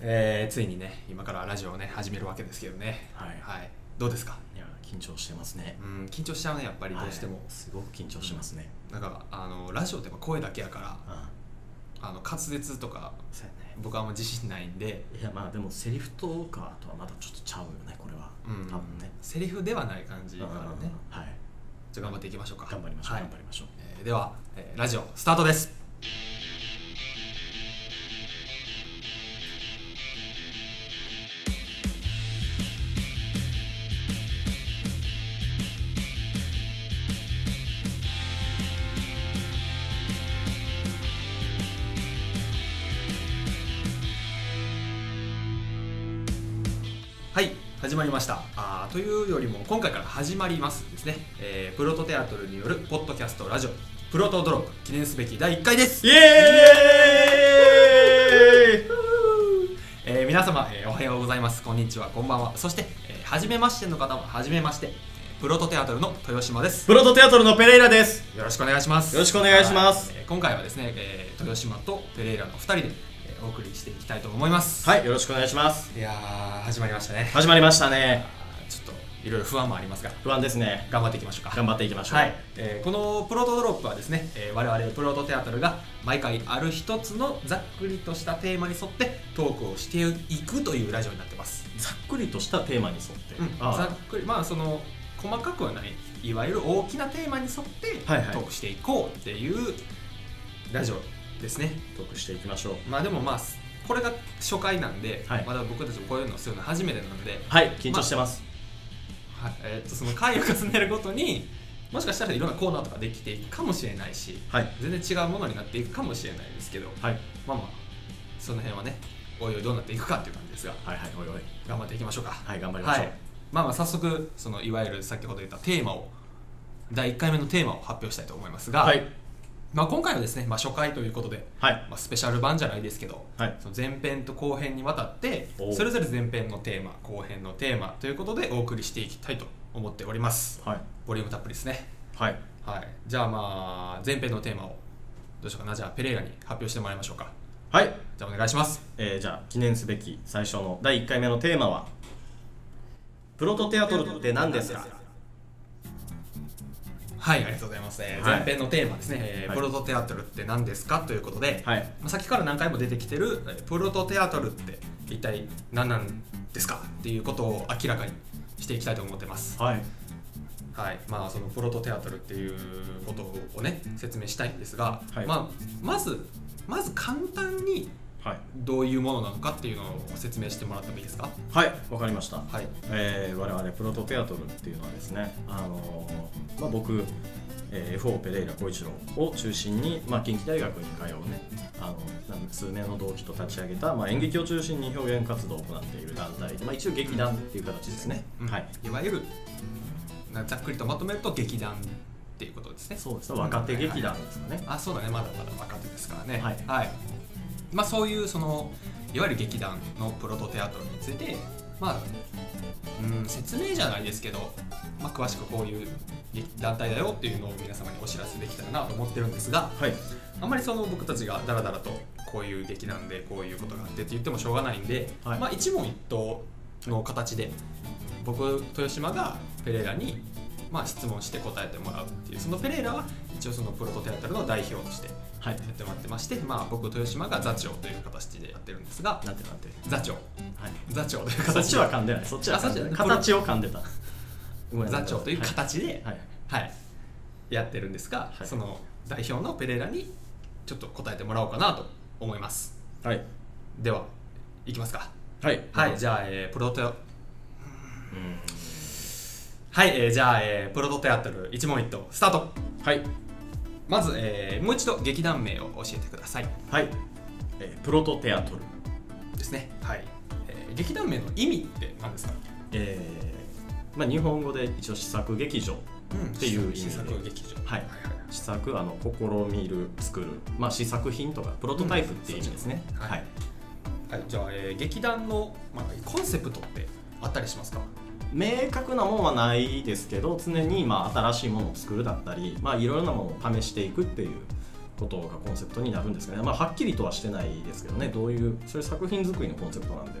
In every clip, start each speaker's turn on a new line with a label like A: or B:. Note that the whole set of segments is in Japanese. A: えーついにね今からラジオをね始めるわけですけどね
B: はい
A: はい、どうですか
B: いや緊張してますね
A: うん緊張しちゃうねやっぱりどうしても、
B: はいすごく緊張してますね、
A: なんかあのラジオってまあ声だけやから
B: あ
A: あの滑舌とか
B: そうやね
A: 僕はあんま自信ないんで、
B: いやまあでもセリフとかとはまたちょっとちゃうよねこれは、
A: うん、
B: 多分ね
A: セリフではない感じがあるね
B: うんはい
A: じゃあ頑張っていきましょうか
B: 頑張りましょう、
A: はい
B: 頑張りましょう
A: えーでは、えーラジオスタートですはい始まりましたあーというよりも今回から始まりますですね、えープロトテアトルによるポッドキャストラジオプロトドロップ記念すべき第1回ですイエーイえー皆様、えーおはようございますこんにちはこんばんはそして、えー、初めましての方も初めましてえープロトテアトルの豊島です
B: プロトテアトルのペレイラです
A: よろしくお願いします
B: よろしくお願いします
A: はえー今回はですね、えー豊島とペレイラの2人で、えーお送りしていきたいと思います
B: はいよろしくお願いします
A: いやー始まりましたね
B: 始まりましたね
A: あーちょっといろいろ不安もありますが
B: 不安ですね
A: 頑張っていきましょうか
B: 頑張っていきましょう
A: はい、えーこのプロトドロップはですね、えー我々プロトテアトルが毎回ある一つのざっくりとしたテーマに沿ってトークをしていくというラジオになってます、
B: ざっくりとしたテーマに沿って、
A: うんざっくりまあその細かくはないいわゆる大きなテーマに沿ってト
B: はいはい
A: ークしていこうっていうラジオですね、
B: 得していきましょう
A: まあでもまあこれが初回なんで、
B: はい
A: まだ僕たちもこういうのするの初めてなんで、
B: はい緊張してます、
A: はいえーっとその回を重ねるごとにもしかしたらいろんなコーナーとかできていくかもしれないし
B: はい
A: 全然違うものになっていくかもしれないですけど
B: はい
A: まあまあその辺はねおいおいどうなっていくかっていう感じですが
B: はいはいおいおい
A: 頑張っていきましょうか
B: はい頑張りましょう、
A: はいまあまあ早速そのいわゆる先ほど言ったテーマを第1回目のテーマを発表したいと思いますが、
B: はい
A: まあ、今回はですね、まあ、初回ということで、
B: はい
A: まあ、スペシャル版じゃないですけど、
B: はい
A: その前編と後編にわたって
B: おう
A: それぞれ前編のテーマ後編のテーマということでお送りしていきたいと思っております
B: はい
A: ボリュームたっぷりですね
B: はい
A: はいじゃあまあ前編のテーマをどうしようかなじゃあペレイラに発表してもらいましょうか
B: はい
A: じゃあお願いします
B: えーじゃあ記念すべき最初の第1回目のテーマは「プロトテアトルって何ですか?
A: はいありがとうございます、えー
B: はい
A: 前編のテーマですね、えー
B: はい
A: プロトテアトルって何ですかということで、」
B: はい
A: まあ、さっきから何回も出てきてるえープロトテアトルって一体何なんですかっていうことを明らかにしていきたいと思ってます
B: はい
A: はいまあ、そのプロトテアトルっていうことをね説明したいんですが、
B: はい
A: まあ、まずまず簡単に
B: はい
A: どういうものなのかっていうのを説明してもらってもいいですか
B: はいわかりました、
A: はい
B: えー我々プロトテアトルっていうのはですね、あのーまあ、僕、えー FO ペレイラ小一郎を中心に、まあ、近畿大学に通うねあの数名の同期と立ち上げた、まあ、演劇を中心に表現活動を行っている団体、まあ、一応劇団っていう形ですね、
A: うん
B: はい
A: いわゆるなざっくりとまとめると劇団っていうことですね
B: そうですね若手劇団ですかね、
A: あそうだねまだまだ若手ですからね
B: はい
A: まあ、そういうそのいわゆる劇団のプロトテアトルについてまあうん説明じゃないですけど、まあ、詳しくこういう劇団体だよっていうのを皆様にお知らせできたらなと思ってるんですが
B: はい
A: あんまりその僕たちがダラダラとこういう劇団でこういうことがあってって言ってもしょうがないんで、
B: はい
A: まあ、一問一答の形で僕豊島がペレイラにまあ質問して答えてもらうっていうそのペレイラは一応そのプロトテアトルの代表としてや
B: は
A: っ
B: い
A: てもらってまして、まあ、僕豊島が座長という形でやってるんですが
B: なんてなんて
A: 座長
B: はい
A: 座長という
B: そっ
A: 形
B: ち
A: で
B: は噛んでないそっちは噛んでない
A: あそっちは
B: 形を噛んでたごめんな
A: 座
B: さ
A: 長という形で、
B: はい、はい
A: はい、やってるんですが、
B: はい
A: その代表のペレイラにちょっと答えてもらおうかなと思います
B: はい
A: では行きますか
B: はい
A: はい、じゃあ、えープロト
B: うん
A: はい、えーじゃあ、えープロトテアトル一問一答スタート
B: はい
A: まず、えーもう一度劇団名を教えてください
B: はい、えープロトテアトル、
A: ですねはい、えー劇団名の意味って何ですか
B: えーまあ、日本語で一応試作劇場っていう意味で
A: 新作劇場
B: はい試作あの試みる作る、まあ、試作品とかプロトタイプっていう意味ですね、
A: うん
B: はい、
A: はい、はいじゃあ、えー劇団の、まあ、コンセプトってあったりしますか
B: 明確なものはないですけど常にまあ新しいものを作るだったり、まあ、いろいろなものを試していくっていうことがコンセプトになるんですかね、まあ、はっきりとはしてないですけどねどういうそれ作品作りのコンセプトなんで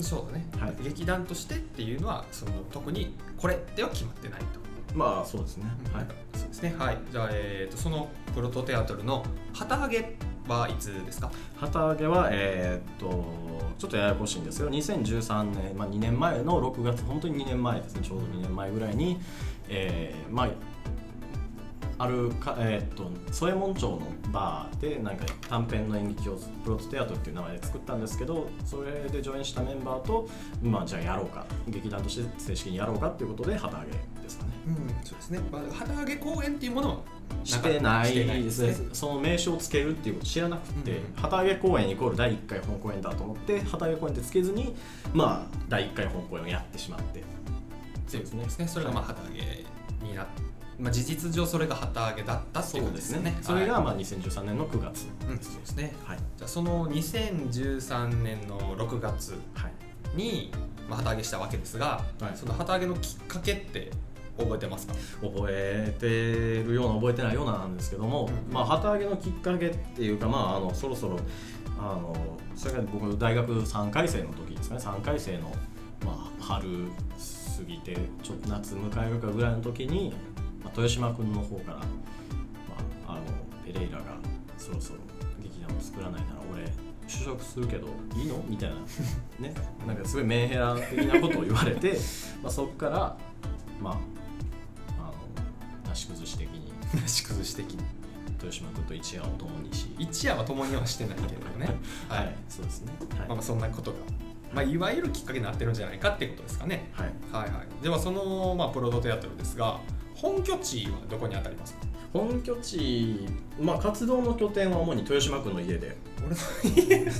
A: そうだね、
B: はい
A: 劇団としてっていうのはその特にこれでは決まってないと、
B: まあそうですね、はい
A: そうですねはいじゃあ、えー、とそのプロトテアトルの旗揚げはいつですか
B: 旗揚げはえーっとちょっとややこしいんですけど2013年、まあ、2年前の6月本当に2年前ですねちょうど2年前ぐらいに、えーまああるかえーっと添右衛門町のバーでなんか短編の演劇をプロトテアトルっていう名前で作ったんですけどそれで上演したメンバーと、まあ、じゃあやろうか劇団として正式にやろうかっていうことで旗揚げですかね。
A: うんそうですね、まあ、旗揚げ公演っていうものは
B: してないですね
A: してない
B: その名称をつけるっていうこと知らなくて、
A: うんうん
B: 旗揚げ公演イコール第1回本公演だと思って旗揚げ公演ってつけずにまあ第1回本公演をやってしまって
A: そうですねそれがまあ旗揚げになっまあ、事実上それが旗揚げだったっていうことですよね
B: それ
A: は
B: がまあ2013年の9月
A: いうん、そうですね
B: はい
A: じゃあその2013年の6月
B: はい
A: に、まあ、旗揚げしたわけですが、
B: はい
A: その旗揚げのきっかけって覚えてますか、
B: 覚えてるような覚えてないようななんですけども、
A: うん
B: まあ、旗揚げのきっかけっていうか、まあ、あのそろそろあのそれが僕大学3回生の時ですかね3回生の、まあ、春過ぎてちょっと夏迎えるかぐらいの時に、まあ、豊島君の方から、まあ、あのペレイラがそろそろ劇団を作らないなら俺就職するけどいいのみたいなねなんかすごいメンヘラ的なことを言われてまあそこからまああのなし崩し的に
A: なし崩し的に
B: 豊島君と一夜を共にし
A: 一夜は共にはしてないけれど ねはい、
B: そうですね
A: まあ、まあそんなことが、まあ、いわゆるきっかけになってるんじゃないかってことですかね
B: はい、
A: はいはいではその、まあ、プロドテアトルですが本拠地はどこに当たりますか
B: 本拠地、まあ、活動の拠点は主に豊島君の家で
A: 俺の 家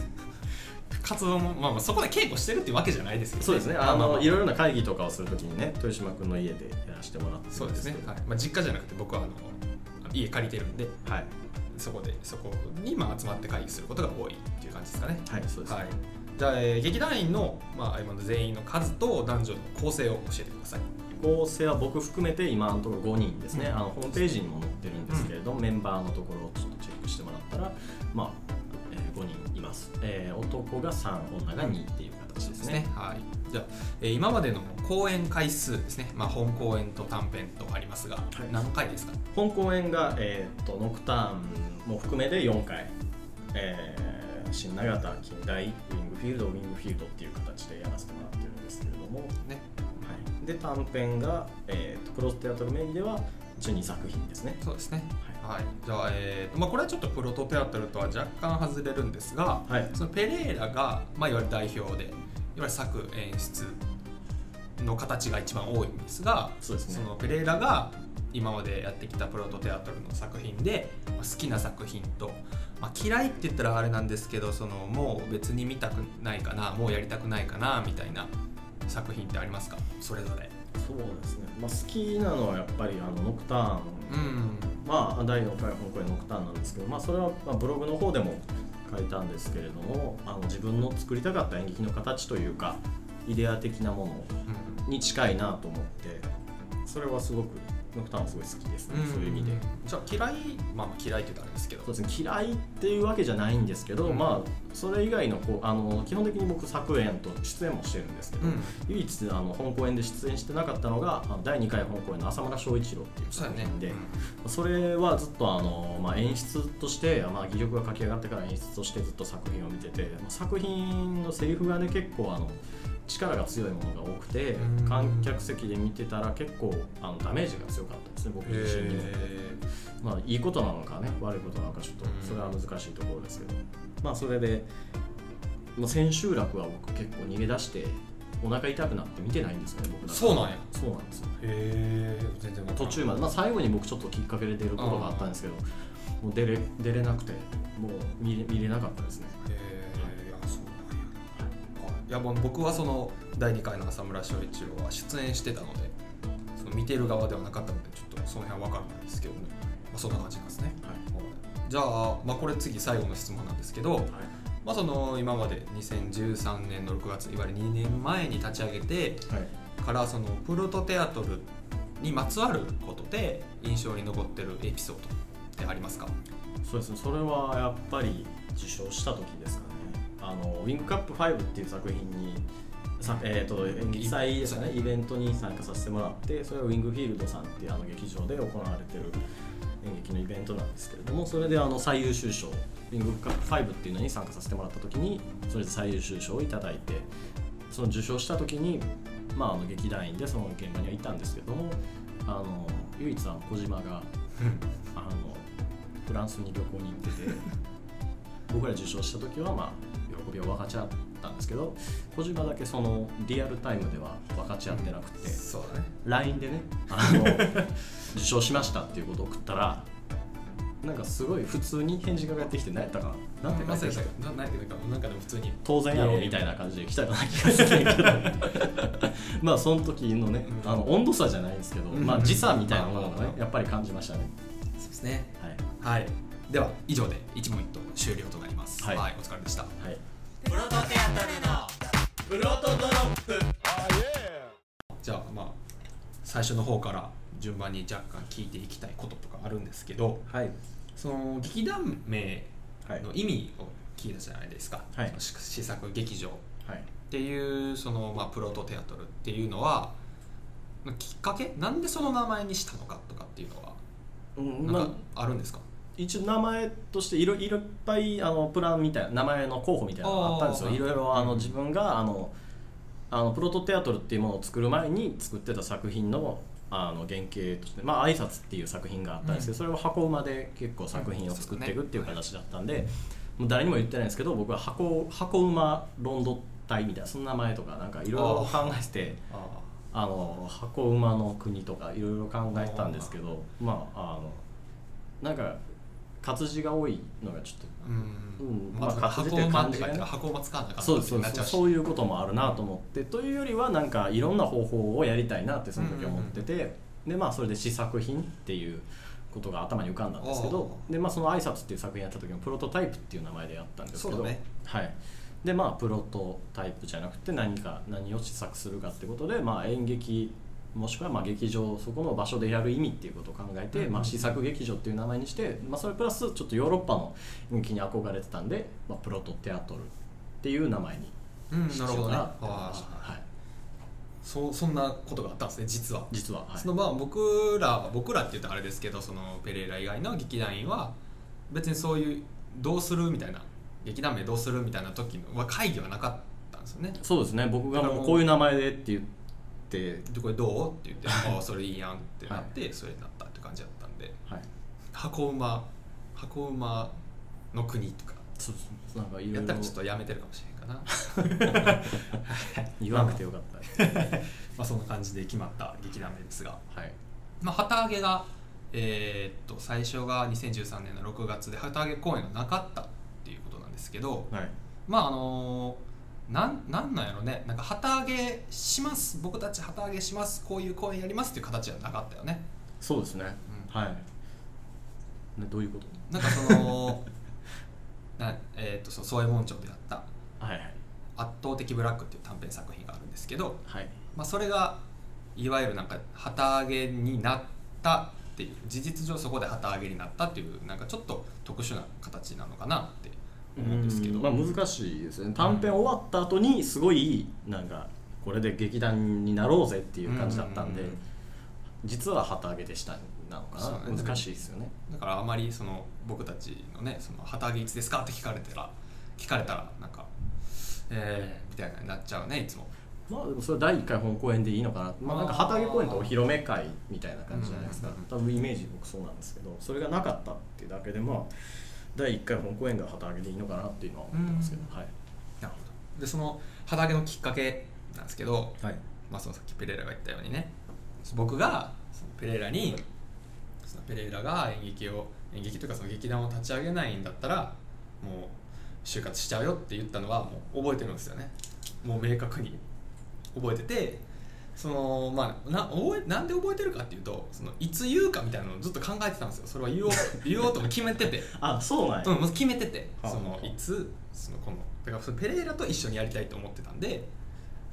A: 活動も、まあ、まあそこで稽古してるってわけじゃないですけど、
B: そうですね
A: ま
B: あ
A: まま
B: のいろいろな会議とかをするときにね豊島君の家でやらせてもらってるん
A: そうですね
B: け、ど
A: はいまあ、実家じゃなくて僕はあの家借りてるんで
B: はい
A: そこでそこにまあ集まって会議することが多いっていう感じですかね。
B: はい、そうです、
A: はい、じゃあ、えー劇団員の、まあ、今の全員の数と男女の構成を教えてください。
B: 構成は僕含めて今のところ5人ですね、
A: うん
B: あのホームページにも載ってるんですけれど、メンバーのところをちょっとチェックしてもらったらまあ、え5人います、えー男が3女が2っていう形ですね
A: はい、じゃあ、えー今までの公演回数ですね、まあ、本公演と短編とありますが、
B: い
A: 何回ですか
B: 本公演が、えー、とノクターンも含めて4回、えー新永田近代ウィングフィールドウィングフィールドっていう形でやらせてもらってるんですけれども、は
A: ね。
B: い、で短編が、えー、とプロステアトルメインでは12作品ですね、
A: そうですね、はい、じゃあ、えーとまあ、これはちょっとプロトテアトルとは若干外れるんですが、
B: はいはい、
A: そのペレイラが、まあ、いわゆる代表でいわゆる作演出の形が一番多いんですが
B: そうですね
A: そのペレイラが今までやってきたプロトテアトルの作品で、まあ好きな作品と、まあ、嫌いって言ったらあれなんですけどそのもう別に見たくないかなもうやりたくないかなみたいな作品ってありますかそれぞれ。
B: そうですね、まあ、好きなのはやっぱりあのノクターン、
A: うん
B: まあ、第4回本公演ノクターンなんですけど、まあ、それはまあブログの方でも書いたんですけれどもあの自分の作りたかった演劇の形というかイデア的なもの
A: うん
B: に近いなと思ってそれはすごくノクターンはすごい好きですね、そういう意味で。
A: じゃあ嫌い、まあ、まあ嫌いって言ったらあれですけど
B: そうですね、嫌いっていうわけじゃないんですけど、
A: うん
B: まあそれ以外のこうあの基本的に僕作演と出演もしてるんですけど、
A: うん
B: 唯一あの本公演で出演してなかったのがあの第2回本公演の浅村翔一郎っていう
A: そう
B: 作
A: やね
B: 品で、
A: うん
B: それはずっとあの、まあ、演出として、まあ、技力が駆け上がってから演出としてずっと作品を見ててまあ作品のセリフがね結構あの力が強いものが多くて
A: うん
B: 観客席で見てたら結構あのダメージが強かったですね僕自身にも、
A: えー
B: まあ、いいことなのかね悪いことなのかちょっと
A: うん
B: それは難しいところですけど、まあそれで、まあ、千秋楽は僕結構逃げ出してお腹痛くなって見てないんですよね僕だから
A: そうなんや
B: そうなんですよ
A: へえ全然わから
B: 途
A: ん
B: 中まで、まあ、最後に僕ちょっときっかけで出ることがあったんですけど、もう出れ出れなくてもう見れ見れなかったですね
A: へえあそうなんやいやもう僕はその第2回の浅村翔一郎は出演してたのでその見てる側ではなかったのでちょっとその辺は分からないですけどね、まあ、そんな感じなんですね
B: はい
A: じゃあ,、まあこれ次最後の質問なんですけど、
B: はい
A: まあ、その今まで2013年の6月いわゆる2年前に立ち上げて
B: はい
A: からそのプロトテアトルにまつわることで印象に残ってるエピソードってありますか
B: そうですねそれはやっぱり受賞した時ですかねあの「ウィングカップ5」っていう作品にさ、えー、と
A: ん
B: 記載ですかねイベントに参加させてもらってそれはウィングフィールドさんっていうあの劇場で行われてる演劇のイベントなんですけれどもそれであの最優秀賞「ウィングカップ5」っていうのに参加させてもらった時にそれで最優秀賞をいただいてその受賞した時に、まあ、あの劇団員でその現場にはいたんですけどもあの唯一あの小島があのフランスに旅行に行ってて僕ら受賞した時はまあ喜びを分かち合ったんですけど小島だけそのリアルタイムでは分かち合ってなくて、
A: そうだね
B: LINE でねあの受賞しましたっていうことを送ったらなんかすごい普通に返事が返ってきて何やったかななんて
A: ま
B: 返っ
A: さ
B: て
A: に
B: きた
A: ななんていうかなんかでも普通に
B: 当然やろみたいな感じで来たような気がするけど まあその時のね、
A: うん
B: あの温度差じゃないんですけど、
A: うん
B: まあ時差みたいなものを
A: まあ
B: ね
A: まあ
B: やっぱり感じましたね、
A: そうですね
B: はい
A: はいでは以上で一問一答終了となります
B: はい
A: はい、お疲れでした
B: はい、
A: プロトテアトルのプロトドロップじゃあまあ最初の方から順番に若干聞いていきたいこととかあるんですけど
B: はい
A: その劇団名
B: はい
A: の意味を聞いたじゃないですか、
B: はい
A: その試試作劇場っ
B: はい、
A: ていうその、まあ、プロトテアトルっていうのはまあきっかけなんでその名前にしたのかとかっていうのは
B: うん
A: な
B: ま
A: ん
B: あ
A: か、あるんですか、
B: 一応名前としていろいろいっぱいあのプランみたいな名前の候補みたいなのがあったんですよ
A: あー
B: いろいろあ
A: う
B: の
A: ん
B: 自分があのあのプロトテアトルっていうものを作る前に作ってた作品のあの原型として「まあ挨拶っていう作品があったんですけど、それを箱馬で結構作品を作っていくっていう形だったんで、もう誰にも言ってないんですけど僕は箱箱馬ロンド隊みたいなその名前とかなんかいろいろ考えて。
A: あ
B: あの箱馬の国とかいろいろ考えてたんですけどまああのなんか活字が多いのがちょっ
A: う
B: うん
A: ん、
B: まあ
A: まあ、
B: 活
A: 箱
B: 字っていう
A: 馬っ
B: 感
A: て
B: じ
A: 書
B: が
A: い
B: ね
A: てある箱馬つかんなか
B: と
A: った
B: そう
A: っ
B: です
A: て
B: そう
A: な
B: で
A: っちゃ
B: す
A: うし
B: そういうこともあるなと思ってというよりはなんかいろんな方法をやりたいなってその時思ってて、でまあそれで試作品っていうことが頭に浮かんだんですけど
A: お
B: でまあその「挨拶っていう作品やった時もプロトタイプっていう名前でやったんです
A: そ
B: けど、
A: うだね
B: はいでまあプロトタイプじゃなくて何か何を試作するかってことで、まあ、演劇もしくはまあ劇場そこの場所でやる意味っていうことを考えて、
A: うん
B: まあ、試作劇場っていう名前にして、まあ、それプラスちょっとヨーロッパの演劇に憧れてたんで、まあ、プロトテアトルっていう名前に
A: うん
B: し
A: なる
B: よ
A: ほど
B: う
A: ね
B: なって思いました
A: あ
B: はい、
A: ーそうそんなことがあったんですね実は
B: 実は、はい
A: そのまあ僕らは僕らって言うとあれですけどそのペレイラ以外の劇団員は別にそういうどうするみたいな劇団名どうするみたいな時のは会議はなかったんですよね
B: そうですね僕が
A: だからも
B: もう
A: う
B: こういう名前でって言って、
A: でこれどうって言って「ああそれいいやん」ってなってそれになったって感じだったんで
B: はい、
A: 箱馬箱馬の国とか
B: そうそうなんかいろ
A: やっ
B: い
A: た
B: ろ
A: らちょっとやめてるかもしれ ないかな
B: 言わなくてよかったです、
A: まあそんな感じで決まった劇団名ですが
B: はい
A: まあ、旗揚げが、えーっと最初が2013年の6月で旗揚げ公演がなかったっていうことなんですけど
B: はい
A: まああのなんなんなんやろねなんか旗揚げします僕たち旗揚げしますこういう公演やりますっていう形はなかったよね、
B: そうですね、
A: う
B: はい、ね、どういうこと
A: ん、なんかその な、えー、とそう宗右衛門町でやった
B: はいはい
A: 「圧倒的ブラック」っていう短編作品があるんですけど、
B: はい
A: まあ、それがいわゆるなんか旗揚げになったっていう事実上そこで旗揚げになったっていうなんかちょっと特殊な形なのかなって思うんですけど、
B: まあ難しいですね短編終わった後にすごいなんかこれで劇団になろうぜっていう感じだったんで、
A: うんうんうん
B: 実は旗揚げでしたなのか
A: そう
B: な、
A: ね
B: 難しいですよね
A: だからあまりその僕たちのねその旗揚げいつですかって聞かれたら聞かれたらなんかえー、みたいなになっちゃうねいつも
B: まあでもそれは第1回本公演でいいのかなまあなんか旗揚げ公演とお披露目会みたいな感じじゃないですか
A: うんうんうん
B: 多分イメージ僕そうなんですけどそれがなかったっていうだけでまあ第1回本公演が旗揚げでいいのかなっていうのは思ってますけど、
A: う
B: はい
A: なるほどでその旗揚げのきっかけなんですけど、
B: はい
A: まあ、そのさっきペレイラが言ったようにね僕がそのペレイラにそのペレイラが演劇を演劇というかその劇団を立ち上げないんだったらもう就活しちゃうよって言ったのはもう覚えてるんですよねもう明確に覚えててそのまあな覚えなんで覚えてるかっていうとそのいつ言うかみたいなのをずっと考えてたんですよそれは言おう言おうとも決めてて
B: あそうなんや、
A: うん、まず決めてて、
B: はあ
A: そのいつそのこのだからそのペレイラと一緒にやりたいと思ってたんで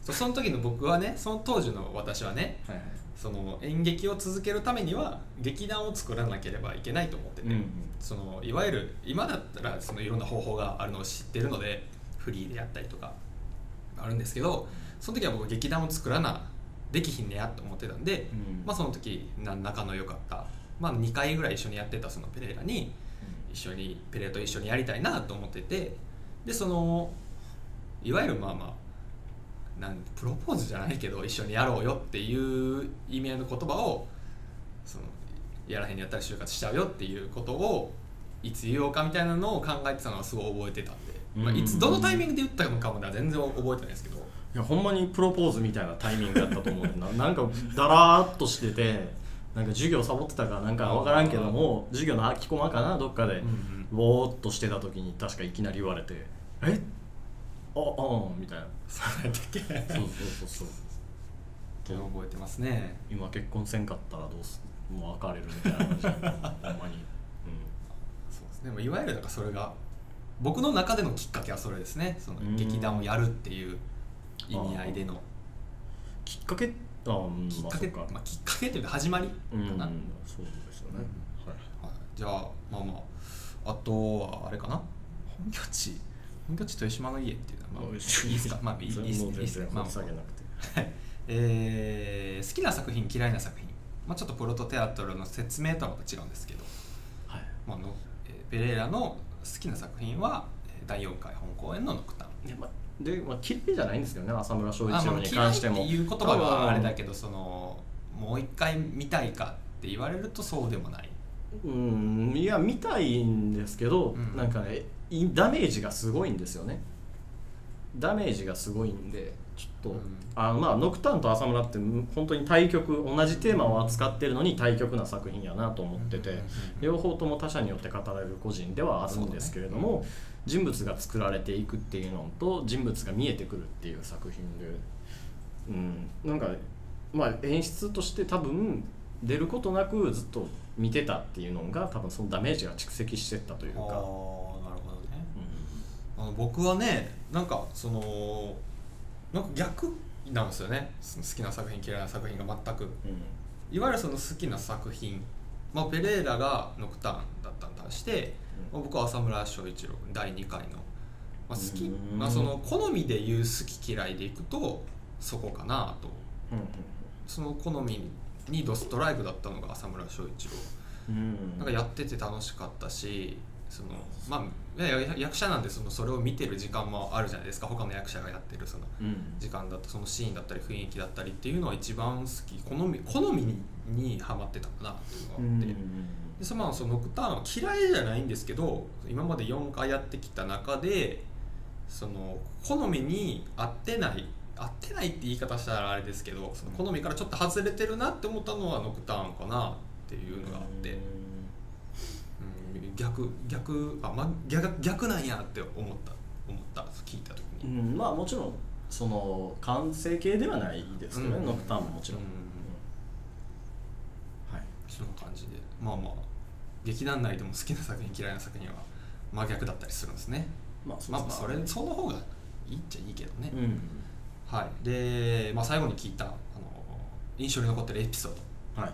A: そうその時の僕はねその当時の私はね
B: はいはい
A: その演劇を続けるためには劇団を作らなければいけないと思ってて、
B: うんうん
A: そのいわゆる今だったらそのいろんな方法があるのを知ってるのでフリーでやったりとかあるんですけどその時は僕劇団を作らなできひんねやと思ってたんで、
B: うん
A: まあ、その時な仲の良かった、まあ、2回ぐらい一緒にやってたそのペレラに一緒にペレと一緒にやりたいなと思っててでそのいわゆるまあまあなんプロポーズじゃないけど一緒にやろうよっていう意味合いの言葉をそのやらへんやったら就活しちゃうよっていうことをいつ言おうかみたいなのを考えてたのはすごい覚えてたんで、まあ、いつどのタイミングで言ったのかまだ全然覚えてないですけど
B: いやほんまにプロポーズみたいなタイミングだったと思うねんな なんかだらーっとしててなんか授業サボってたかなんか分からんけども授業の空きコマかなどっかで
A: ん
B: ぼーっとしてた時に確かいきなり言われて「えあああみたいな
A: そうやったっけ
B: そうそうそうそう
A: 覚えてますね
B: 今結婚せんかったらどうすもう別れるみたいな感じやんかほんまに、
A: そうですねまあいわゆるなんかそれが僕の中でのきっかけはそれですねその劇団をやるっていう意味合いでの
B: うん、きっかけあうん
A: きっかけ、
B: まあそう
A: まあ、きっかけというか始まりか
B: うんうん
A: な、はい
B: そうですよね、はい
A: じゃあまあまああとはあれかな本拠地本拠地豊島の家っていうのは、まあ、いいですかまあいい
B: それ
A: です
B: もう
A: いい
B: 全
A: です
B: 然
A: まあ
B: 掘り下げなくて、
A: はいえー好きな作品嫌いな作品、まあ、ちょっとプロトテアトルの説明とはまた違うんですけど、
B: はい
A: まあ、のえーペレーラの好きな作品はえー第4回本公演の「ノクターン」
B: いやまあ、で、まあ、綺麗じゃないんですけどね浅村翔
A: あ
B: 一
A: ま
B: 郎
A: あ
B: に関しても。
A: 嫌いっていう言葉はあれだけ
B: ど
A: どそのもう一回見たいかって言われるとそうでもない
B: うんいや見たいんですけど、
A: うん
B: なんかねいダメージがすごいんですよねダメージがすごいんでちょっと、
A: うん
B: あのまあノクターンと浅村ってむ本当に対局同じテーマを扱ってるのに対局な作品やなと思ってて、
A: うんうんうん
B: 両方とも他者によって語られる個人ではあるんですけれども、人物が作られていくっていうのと人物が見えてくるっていう作品で、うん、なんか、まあ、演出として多分出ることなくずっと見てたっていうのが多分そのダメージが蓄積してったという
A: ああなる
B: か。
A: ほどね
B: うん
A: あの僕はねなんかそのなんか逆なんですよねその好きな作品嫌いな作品が全くいわゆるその好きな作品、まあ、ペレーラが「ノクターン」だったのに対して、まあ、僕は浅村翔一郎第2回の、まあ、好き
B: うん
A: まあ、その好みで言う好き嫌いでいくとそこかなと
B: うん
A: その好みにドストライクだったのが浅村翔一郎
B: うん
A: なんかやってて楽しかったしそのまあいやいや役者なんでそのそれを見てる時間もあるじゃないですか他の役者がやってるその
B: うん
A: 時間だったそのシーンだったり雰囲気だったりっていうのは一番好き好み好みににハマってたかなっていうのがあ
B: うん
A: って、でそのまあそのノクターンは嫌いじゃないんですけど今まで4回やってきた中でその好みに合ってない合ってないって言い方したらあれですけどその好みからちょっと外れてるなって思ったのはノクターンかなっていうのがあって、うん、逆逆あ、ま、逆逆なんやって思った思った聞いた時
B: う
A: に。
B: んまあもちろんその完成形ではないですけどね、
A: うん
B: ノクターンももちろん、
A: うん
B: はい
A: そんな感じでまあまあ劇団内でも好きな作品嫌いな作品は真逆だったりするんですね
B: まあそう
A: まあ
B: で
A: まあ
B: す
A: そ
B: ね
A: れその方がいいっちゃいいけどね、
B: うん
A: はいで、まあ、最後に聞いたあの印象に残ってるエピソードい
B: はい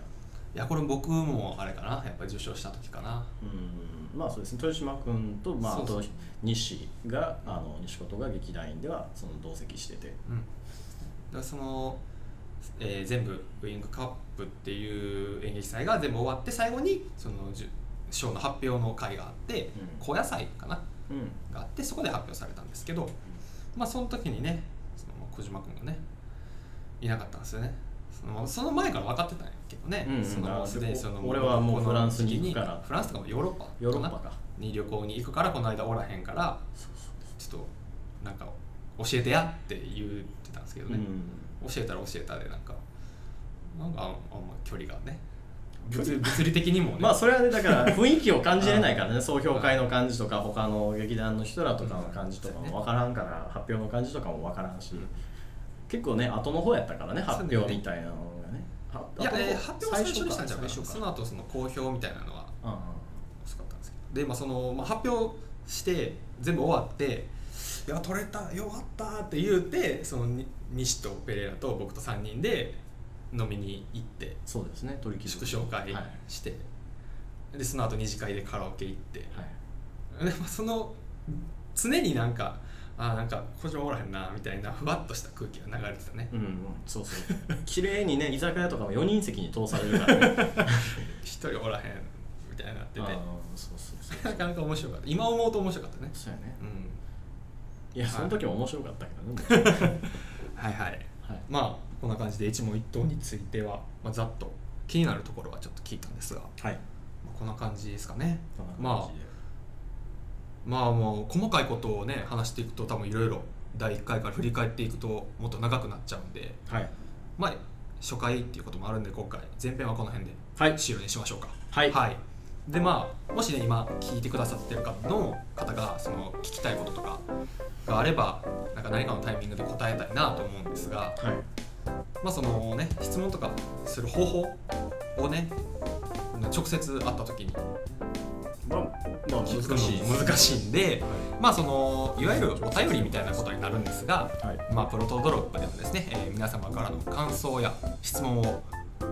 A: やこれ僕もあれかなやっぱり受賞した時かな
B: うんまあそうですね豊島君と、まあ、あ
A: そうそう
B: と西があの西琴が劇団員ではその同席してて
A: うんだからその、えー全部ウイングカップっていう演劇祭が全部終わって最後にそのじゅ賞の発表の会があって
B: うん
A: 高野祭かな
B: うん
A: があってそこで発表されたんですけど、まあ、その時にねその小島君がねいなかったんですよねそのその前から分かってたんやけどね、
B: うんうん
A: その
B: あ
A: すでにその
B: 俺はもう
A: この
B: フランスに行くから
A: 時期にフランスとかもヨーロッパかな
B: ヨーロッパか
A: に旅行に行くからこの間おらへんからちょっとなんか教えてやって言ってたんですけどね、教えたら教えたでなんかなんかあんあんま距離がね物物理的にもね
B: まあそれはねだから雰囲気を感じれな いからね総評会の感じとか他の劇団の人らとかの感じとかも分からんから発表の感じとかも分からんし結構ね後の方やったからね発表みたいなのがね
A: い
B: い
A: や、えー発表は最初にしたんじゃないか
B: 最
A: な
B: 初
A: そ
B: か
A: の後その公表みたいなのは
B: うんうん
A: 遅かったんですけどで、まあそのまあ、発表して全部終わって「いや取れたよかった」って言うてそのに西とペレラと僕と3人で飲みに行って
B: そうですね取り
A: 祝
B: 消
A: 勝会
B: はい
A: して、でその後二次会でカラオケ行って、
B: はい
A: でまあその常になんかあーなんかこじおらへんなみたいなふわっとした空気が流れてたね
B: うんうん、そうそう 綺麗にね居酒屋とかも4人席に通され るからね
A: 一人おらへんみたいになって
B: あー
A: て
B: そうそうそ う
A: なかなか面白かった今思うと面白かったね
B: そうやね
A: うん
B: いや
A: はい
B: その時も面白かった けどね、
A: はいはい
B: はい、
A: まあこんな感じで一問一答については、まあ、ざっと気になるところはちょっと聞いたんですが、ま
B: はい、
A: あ、こんな感じですかね
B: こんな感じ
A: ま
B: で
A: あまあもう細かいことをね話していくと多分いろいろ第1回から振り返っていくともっと長くなっちゃうんで
B: はい
A: まあ初回っていうこともあるんで今回前編はこの辺で
B: はい
A: 終了にしましょうか
B: はい
A: でまあもしね今聞いてくださってる方の方がその聞きたいこととかがあればなんか何かのタイミングで答えたいなと思うんですが
B: はい
A: まあそのね質問とかする方法をね直接会った時に
B: まあ、まあ、難しい
A: 聞くのも難しいんで
B: は
A: まあそのいわゆるお便りみたいなことになるんですが
B: い、はい、
A: まあ、プロトドロップではですね、えー皆様からの感想や質問を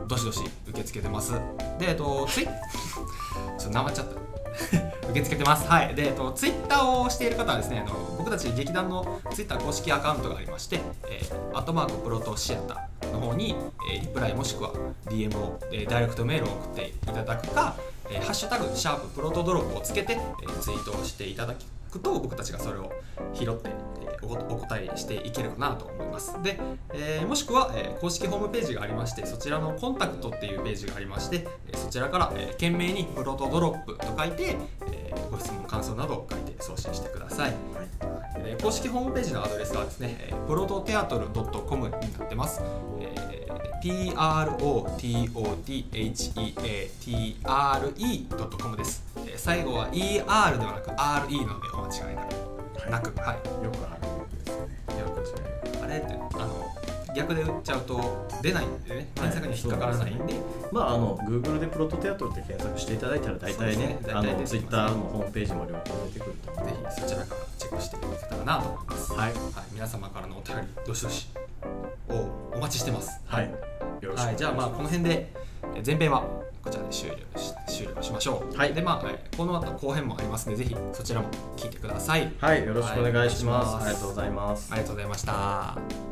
A: どしどし受け付けてます。で、えっと、ツイ ちょっとなまっちゃった。 受け付けてます。はい。で、えっと、ツイッターをしている方はですね、あの僕たち劇団のツイッター公式アカウントがありまして、えー、アットマークプロトシアターの方に、えーリプライもしくは DM を、えーダイレクトメールを送っていただくか、えーハッシュタグ、シャーププロトドロップをつけて、えーツイートをしていただくと、僕たちがそれを拾って、えーおこお答えしていけるかなと思います。で、えーもしくは、えー公式ホームページがありまして、そちらのコンタクトっていうページがありまして、えーそちらから、えー懸命にプロトドロップと書いて、えーご質問、感想などを書いて送信してください。えー公式ホームページのアドレスはですね、えープロトテアトル .com になってます。えー prototheatre.com です。えー最後は er ではなく re なのでお間違いなく。なくはい
B: よくあるですね
A: よくあれってあの逆で打っちゃうと出ないんでね
B: はい
A: 検索には引っかからないんで,、
B: まああの Google でプロトテアトルって検索していただいたら大
A: そうで
B: 体
A: す
B: ね
A: ね
B: あ
A: 大体
B: の
A: 出てきます
B: Twitter のホームページも両方出てくると思う
A: ぜひそちらからチェックしていただけたらなと思います、
B: は
A: は
B: い
A: い、皆様からのお便りどしどしおお待ちしてます
B: はいよろしく
A: はい、じゃあまあこの辺でえー前編はこちらで終了し終了しましょう、
B: はい
A: でまあえーこの後後編もありますのでぜひそちらも聞いてください、
B: はいよろしくお願いします、
A: はい
B: ありがとうございます
A: ありがとうございました